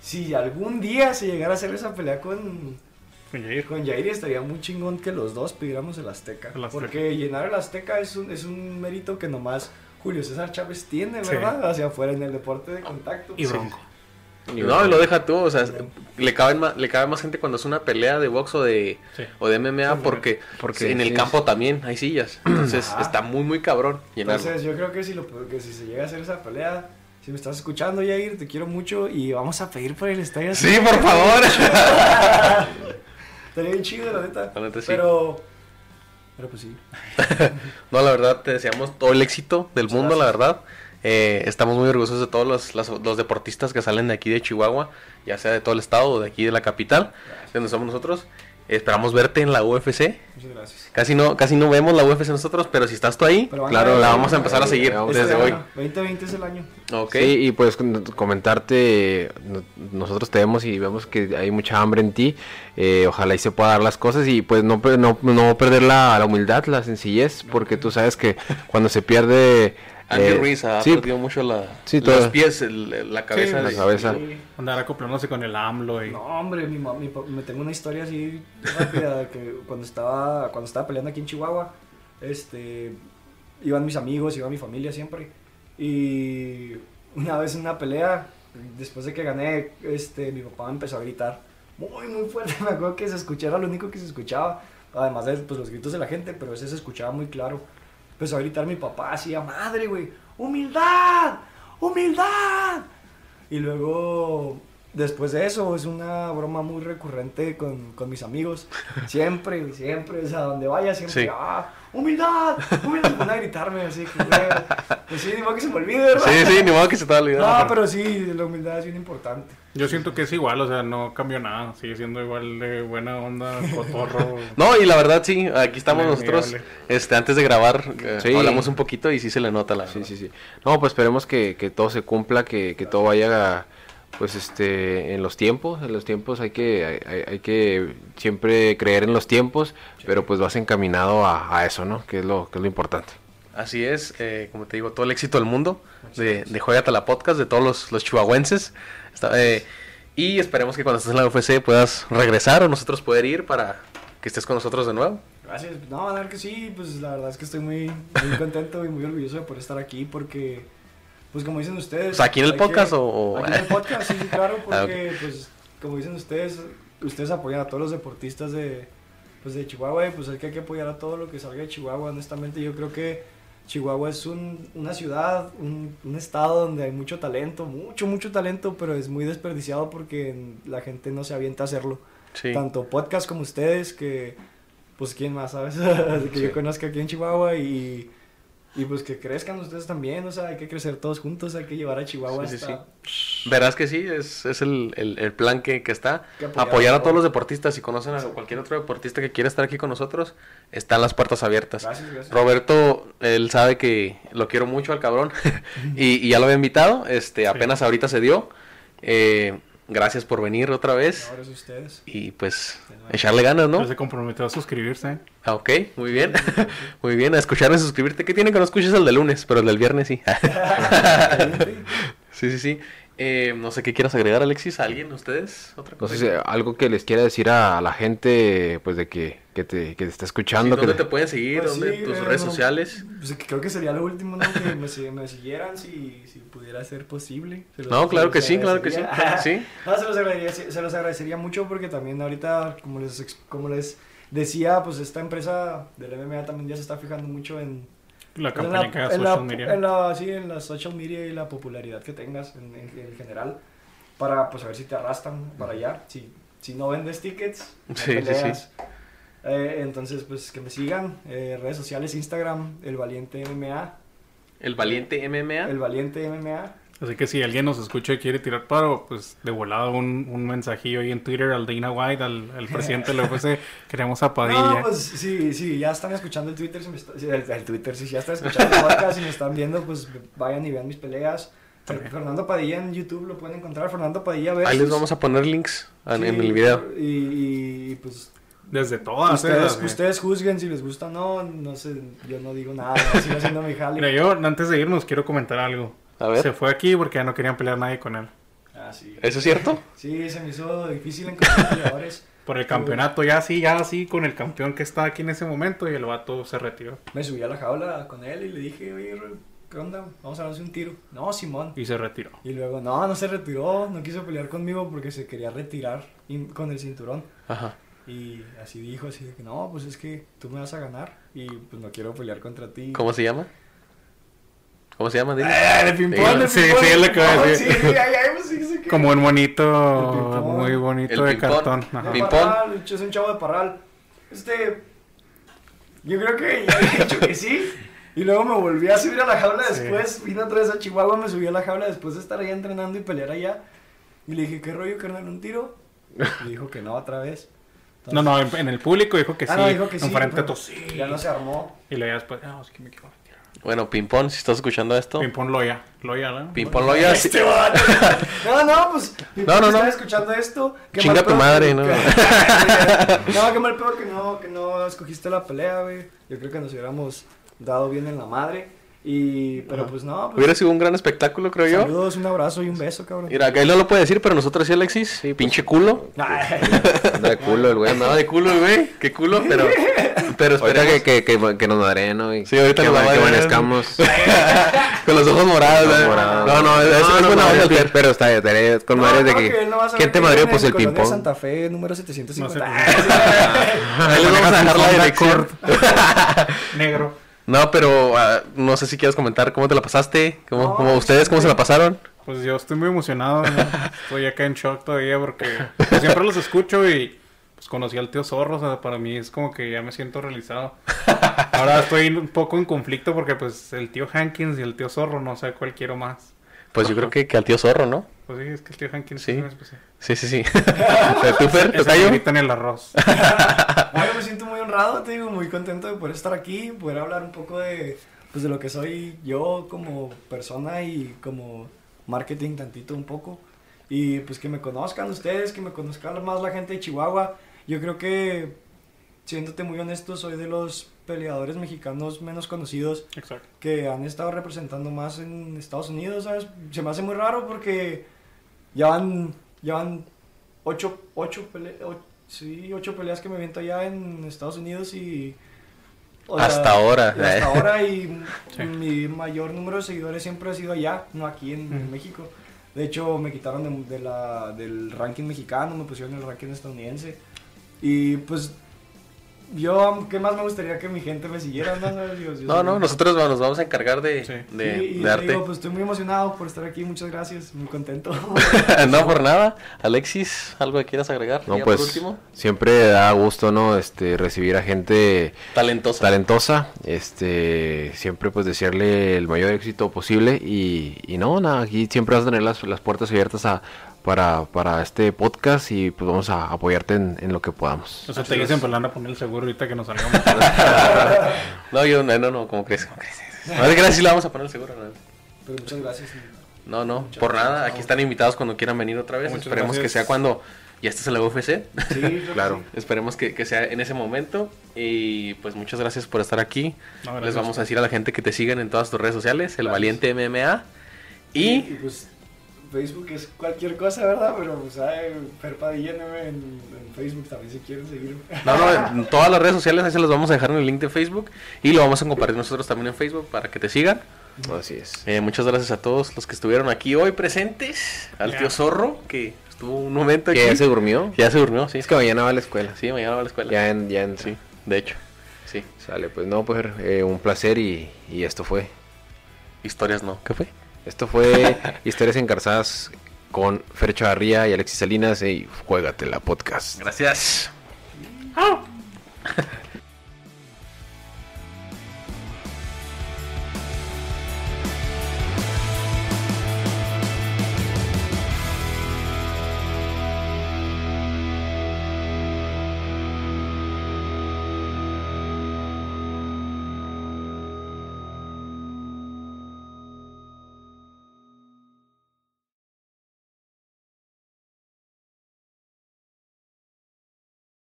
S4: si algún día se llegara a hacer esa pelea con con Jair estaría muy chingón que los dos pidiéramos el Azteca,
S3: El Azteca.
S4: porque llenar el Azteca es un, es un mérito que nomás Julio César Chávez tiene,
S3: Sí.
S4: ¿verdad? Hacia afuera en el deporte de contacto.
S3: [LAUGHS] Y bronco.
S2: No, y lo deja tú, o sea, es- le cabe más, le cabe más gente cuando es una pelea de box o de
S3: Sí.
S2: o de MMA porque,
S1: Porque
S2: en el
S1: sí,
S2: campo también hay sillas. Entonces,
S4: Ajá.
S2: está muy muy cabrón llenarlo.
S4: Entonces yo creo que si, lo, que si se llega a hacer esa pelea, si me estás escuchando Jair, te quiero mucho y vamos a pedir por el estadio.
S2: Sí, por favor.
S4: [LAUGHS] Estaría bien chido, la neta.
S2: La neta, sí.
S4: Pero, pero pues sí.
S2: No, la verdad, te deseamos todo el éxito del
S4: Muchas
S2: mundo, la
S4: gracias.
S2: verdad. Eh, estamos muy orgullosos de todos los, las- los deportistas que salen de aquí de Chihuahua, ya sea de todo el estado o de aquí de la capital, de donde somos nosotros. Esperamos verte en la UFC.
S4: Muchas gracias.
S2: Casi no, casi no vemos la UFC nosotros, pero si estás tú ahí,
S4: Pero van
S2: claro,
S4: ver,
S2: la
S4: van
S2: vamos a empezar a
S4: ver.
S2: seguir
S1: Vamos
S4: Este
S2: desde hoy.
S4: año, 2020 es el año.
S2: Ok.
S1: Sí, y pues con- comentarte, eh, no- nosotros te vemos y vemos que hay mucha hambre en ti, eh, ojalá y se pueda dar las cosas y pues no, per- no, no perder la, la humildad, la sencillez, porque tú sabes que cuando se pierde...
S2: Andy
S1: eh,
S2: Ruiz ha
S1: sí,
S2: perdido mucho la,
S1: Sí,
S2: los
S1: todo.
S2: pies, el- el- la cabeza.
S1: la
S2: de-
S1: cabeza.
S4: Sí.
S3: Andar acoplándose con el AMLO y...
S4: No, hombre, mi mam- mi pa- me tengo una historia así rápida que cuando estaba, cuando estaba peleando aquí en Chihuahua, este, iban mis amigos, iba mi familia siempre. Y una vez en una pelea, después de que gané, este, mi papá empezó a gritar muy, muy fuerte. [LAUGHS] Me acuerdo que se escuchaba, lo único que se escuchaba, además de pues, los gritos de la gente, pero ese se escuchaba muy claro. Empezó a gritar mi papá así a madre, güey, humildad, humildad. Y luego después de eso es una broma muy recurrente con, con
S2: [LAUGHS]
S4: mis amigos. Siempre, güey, siempre, o sea, donde vaya, siempre,
S2: Sí.
S4: ¡ah! ¡Humildad! ¡Humildad! Van a gritarme, así que, güey, pues sí, ni modo que se me olvide, ¿verdad?
S2: Sí, sí, ni modo que se te va a olvidar.
S4: [LAUGHS] No, pero sí, la humildad es bien importante.
S3: Yo siento que es igual, o sea, no cambió nada. Sigue siendo igual de buena onda, cotorro.
S2: No, y la verdad sí, aquí estamos
S3: Vale,
S2: nosotros,
S3: vale.
S2: este, antes de grabar, eh,
S1: Sí.
S2: hablamos un poquito y sí se le nota la
S1: Sí, sí, sí. No, pues esperemos que, que todo se cumpla, que, que todo vaya pues este en los tiempos, en los tiempos hay que hay, hay que siempre creer en los tiempos, pero pues vas encaminado a, a eso, ¿no? Que es lo que es lo importante.
S2: Así es, eh, como te digo, todo el éxito del mundo de, de Juegata la Podcast, de todos los, los chihuahuenses. Está- eh, y esperemos que cuando estés en la UFC puedas regresar o nosotros poder ir para que estés con nosotros de nuevo.
S4: Gracias. No, a ver que sí, pues la verdad es que estoy muy, muy contento y muy orgulloso de poder estar aquí porque, pues como dicen ustedes...
S2: O sea, ¿aquí en el
S4: hay
S2: podcast o- o-
S4: Aquí en el podcast, sí, sí, claro, porque
S2: [LAUGHS] Ah,
S4: pues como dicen ustedes, ustedes apoyan a todos los deportistas de, pues, de Chihuahua y pues es que hay que apoyar a todo lo que salga de Chihuahua. Honestamente yo creo que Chihuahua es un- una ciudad, un, un estado donde hay mucho talento, mucho, mucho talento, pero es muy desperdiciado porque la gente no se avienta a hacerlo
S2: Sí.
S4: tanto podcast como ustedes, que pues quién más, ¿sabes? [LAUGHS] Así que yo conozca aquí en Chihuahua y, y pues que crezcan ustedes también, o sea, hay que crecer todos juntos, hay que llevar a Chihuahua
S2: Sí, sí,
S4: hasta...
S2: Verás que sí, es, es el, el- el plan que, que está.
S4: Que apoyar
S2: apoyar, a todos los deportistas. Si conocen a cualquier otro deportista que quiera estar aquí con nosotros, están las puertas abiertas.
S4: Gracias, gracias.
S2: Roberto, él sabe que lo quiero mucho al cabrón [LAUGHS] y, y ya lo había invitado, este, apenas ahorita se dio. Eh, gracias por venir otra vez
S4: Ahora es ustedes.
S2: y pues echarle ganas,
S3: ¿No?
S2: ¿no?
S3: se comprometió a suscribirse. ¿eh?
S2: Ah, ok, muy bien, [LAUGHS] muy bien, a escucharme, suscribirte. ¿Qué tiene que no escuches el de lunes, pero el del viernes sí? [LAUGHS] sí, sí, sí. Eh, no sé qué quieras agregar, Alexis, ¿a alguien, ustedes, otra cosa.
S1: Entonces, eh, algo que les quiera decir a, la gente pues de que, que te, que te está escuchando, que
S2: ¿Dónde
S1: te-
S2: te pueden seguir?
S4: Pues
S2: ¿Dónde?
S4: sí,
S2: ¿Tus
S4: eh,
S2: redes
S4: no.
S2: sociales?
S4: Pues que creo que sería lo último, ¿no? Que me, si- me siguieran si, si pudiera ser posible. Se los-
S2: No,
S4: se
S2: claro
S4: los
S2: que sí, claro que sí,
S4: agradecería.
S2: claro que sí.
S4: [LAUGHS] No, se los, agradecería, se los agradecería mucho porque también ahorita, como les, ex- como les decía, pues esta empresa del MMA también ya se está fijando mucho en,
S3: La
S4: En
S3: campaña que haga
S4: en la-
S3: social media.
S4: en la- sí, en la social media y la popularidad que tengas en, en- en general para pues a ver si te arrastran para allá. Si, si no vendes tickets, no
S2: Sí, sí,
S4: peleas. Eh, entonces, pues que me sigan. eh, redes sociales, Instagram, El Valiente MMA.
S2: El Valiente MMA.
S4: El Valiente MMA.
S3: Así que si alguien nos escucha y quiere tirar paro, pues de volado un, un mensajillo ahí en Twitter al Dana White, al,
S4: [LAUGHS]
S3: al presidente de la UFC, queremos a Padilla.
S4: No, pues sí, sí, ya están escuchando el Twitter, si me está- sí, el, el Twitter, si ya están escuchando el podcast y me están viendo, pues vayan y vean mis peleas. Fer- Fernando Padilla en YouTube lo pueden encontrar, Fernando Padilla versus...
S2: Ahí les vamos a poner links en,
S4: Sí,
S2: en el video.
S4: Y, y, pues
S3: Desde todas. ¿eh?
S4: ustedes,
S3: Así.
S4: ustedes juzguen si les gusta o no, no sé, yo no digo nada, [LAUGHS] sigo haciendo mi
S3: Mira,
S4: jale.
S3: yo antes de irnos quiero comentar algo.
S2: A ver.
S3: Se fue aquí porque ya no querían pelear nadie con él.
S4: Ah, sí.
S2: ¿Eso es cierto?
S4: Sí, se me hizo difícil encontrar peleadores.
S3: Por el campeonato, ya sí, ya sí, con el campeón que está aquí en ese momento y el vato se retiró.
S4: Me subí a la jaula con él y le dije, oye, Rol, ¿qué onda? Vamos a darnos un tiro. No, Simón.
S3: Y se retiró.
S4: Y luego, no, no se retiró, no quiso pelear conmigo porque se quería retirar y- con el cinturón.
S2: Ajá.
S4: Y así dijo, así de que, no, pues es que tú me vas a ganar y pues no quiero pelear contra ti.
S2: ¿Cómo se llama? ¿Cómo se llama? Dile.
S4: Ah, de ping-pong, de
S3: Sí,
S4: ping-pong.
S3: sí, es lo que voy a
S4: No,
S3: decir.
S4: [LAUGHS] sí, ay, ay, pues sí, sí que-
S3: Como un
S4: El
S3: bonito,
S4: ping-pong.
S3: muy bonito
S2: El
S3: de
S2: ping-pong.
S3: cartón.
S4: De
S3: Ajá.
S2: Ping- ping-pong.
S4: Parral, es un chavo de Parral. Este. Yo creo que ya había dicho que sí. Y luego me volví a subir a la jaula
S3: Sí.
S4: después. Vine otra vez a Chihuahua, me subí a la jaula después de estar allá entrenando y pelear allá. Y le dije, ¿qué rollo, carnal? ¿Un tiro? Y dijo que no otra vez. Entonces-
S3: No, no, en, en el público dijo que sí.
S4: Ah, no, dijo que sí.
S3: enfrente
S4: pero
S3: a todos, sí.
S4: Ya no se armó.
S3: Y luego ya después, ah, es que me quiero retirar.
S2: Bueno, Pimpón, si estás escuchando esto.
S3: Ping-pong Loya. Loya, ¿no?
S2: Pimpón Loya. si-
S4: Este vato. No, no, pues.
S2: No, no, no.
S4: Están escuchando esto. qué
S2: Chinga
S4: mal
S2: tu
S4: pedo
S2: madre,
S4: que-
S2: ¿no? [LAUGHS]
S4: no, qué mal peor que no, que no escogiste la pelea, güey. Yo creo que nos hubiéramos dado bien en la madre. Y, pero pues no, pues.
S2: Hubiera sido un gran espectáculo, creo yo.
S4: Saludos, un abrazo y un beso, cabrón.
S2: Mira, que él no lo puede decir, pero nosotros sí, Alexis. Pinche culo. [LAUGHS]
S4: Ay,
S1: pues. anda de culo el güey,
S2: Nada
S1: andaba de
S2: de culo, güey. Qué culo, pero. Pero
S1: Ahorita
S2: esperemos.
S1: que, que, que, que nos madreen, ¿no? Y
S2: Sí, ahorita
S1: que,
S2: nos
S1: ma- que
S2: madreen.
S1: amanezcamos.
S2: [LAUGHS] Con los ojos morados,
S1: Los
S2: ¿eh?
S1: morados.
S2: No, no, es, es buena
S1: madre,
S2: onda,
S1: pi-
S2: Alter.
S1: Pero está, estaré con
S4: no,
S1: madres de
S4: no,
S1: que.
S4: él no va a saber
S1: ¿Quién te
S4: que
S1: madrió?
S4: vive
S1: Pues
S4: en
S1: el
S4: Colonia
S1: ping-pong.
S4: Santa Fe, número [LAUGHS] 750.
S3: No sé. pues, [LAUGHS]
S2: Ahí
S1: [LAUGHS]
S2: les vamos a dejar la
S1: Honda
S2: dirección.
S3: Negro.
S2: No, pero ah, no sé si quieres comentar cómo te la pasaste. ¿Cómo,
S4: No,
S2: cómo- ustedes cómo se la pasaron?
S3: Pues yo estoy muy emocionado, ¿no? estoy acá en shock todavía porque pues, siempre los escucho y pues conocí al tío Zorro, o sea, para mí es como que ya me siento realizado. Ahora estoy un poco en conflicto porque pues el tío Hankins y el tío Zorro, no sé cuál quiero más.
S2: Pues yo
S3: [LAUGHS]
S2: creo que, que al tío Zorro, ¿no?
S3: Pues sí, es que el tío Hankins
S2: Sí.
S3: es un especial.
S2: Sí, sí, [LAUGHS] sí. ¿Tú, Fer?
S3: Ese
S2: ¿Tocayo?
S3: grito en el arroz.
S4: Ah, yo me siento muy honrado, te digo, muy contento de poder estar aquí, poder hablar un poco de, pues, de lo que soy yo como persona y como marketing tantito un poco. Y pues que me conozcan ustedes, que me conozcan más la gente de Chihuahua. Yo creo que, siéndote muy honesto, soy de los peleadores mexicanos menos conocidos
S3: Exacto.
S4: que han estado representando más en Estados Unidos, ¿sabes? Se me hace muy raro porque ya van, ya van ocho, ocho, pele- o- sí, ocho peleas que me viento allá en Estados Unidos y... o
S2: Hasta ahora,
S4: y hasta
S2: eh.
S4: ahora y
S3: Sí.
S4: mi mayor número de seguidores siempre ha sido allá, no aquí en, en México. De hecho, me quitaron de- de la- del ranking mexicano, me pusieron en el ranking estadounidense. Y pues yo, ¿qué más me gustaría que mi gente me siguiera? No, no, yo- yo
S2: No,
S4: soy-
S2: no, nosotros nos vamos a encargar de,
S3: este. Sí.
S2: de,
S4: Sí, y
S2: de
S4: te
S2: arte.
S4: digo, pues estoy muy emocionado por estar aquí, muchas gracias, muy contento.
S2: [LAUGHS] no, por nada. Alexis, ¿algo que quieras agregar?
S1: No,
S2: Ya
S1: pues
S2: Por último.
S1: siempre da gusto, ¿no? Este, recibir a gente
S2: Talentoso.
S1: talentosa, este, siempre pues desearle el mayor éxito posible y, y no, nada, aquí siempre vas a tener las, las puertas abiertas a, para, para este podcast y pues vamos a apoyarte en, en lo que podamos.
S3: O sea, te dicen, pues le van a poner el seguro ahorita que nos salgamos.
S2: No, yo no, no, no, ¿cómo crees? ¿Cómo crees? No te creas, sí la vamos a poner seguro. ¿no?
S4: Pero muchas gracias.
S2: No, no, por nada. Aquí están invitados cuando quieran venir otra vez.
S3: Muchas
S2: Esperemos que
S3: gracias.
S2: sea cuando ya estés en la UFC. [LAUGHS]
S4: Sí, creo que
S1: Claro.
S2: Esperemos que, que sea en ese momento. Y pues muchas gracias por estar aquí.
S3: No, gracias.
S2: Les vamos a decir a la gente que te sigan en todas tus redes sociales, el valiente MMA.
S4: sí.
S2: Y
S4: pues Facebook es cualquier cosa, ¿verdad? Pero pues ay, Fer Padilla, no, en, en Facebook también si quieren seguirme.
S2: No, no, en todas las redes sociales ahí se los vamos a dejar en el link de Facebook y lo vamos a compartir nosotros también en Facebook para que te sigan.
S1: Así es.
S2: Eh, muchas gracias a todos los que estuvieron aquí hoy presentes, al
S3: Ya.
S2: tío Zorro que estuvo un momento aquí.
S1: ¿Que ya se durmió?
S2: Ya se durmió, sí.
S1: Es que mañana va a la escuela.
S2: Sí, mañana va a la escuela.
S1: Ya en, ya en,
S2: Sí, de hecho. Sí.
S1: Sale, pues no, pues eh, un placer y, y esto fue.
S2: Historias no. ¿Qué fue?
S1: Esto fue Historias Encarzadas con Fercho Arría y Alexis Salinas y Juégatela Podcast.
S2: Gracias.
S3: ¡Ah!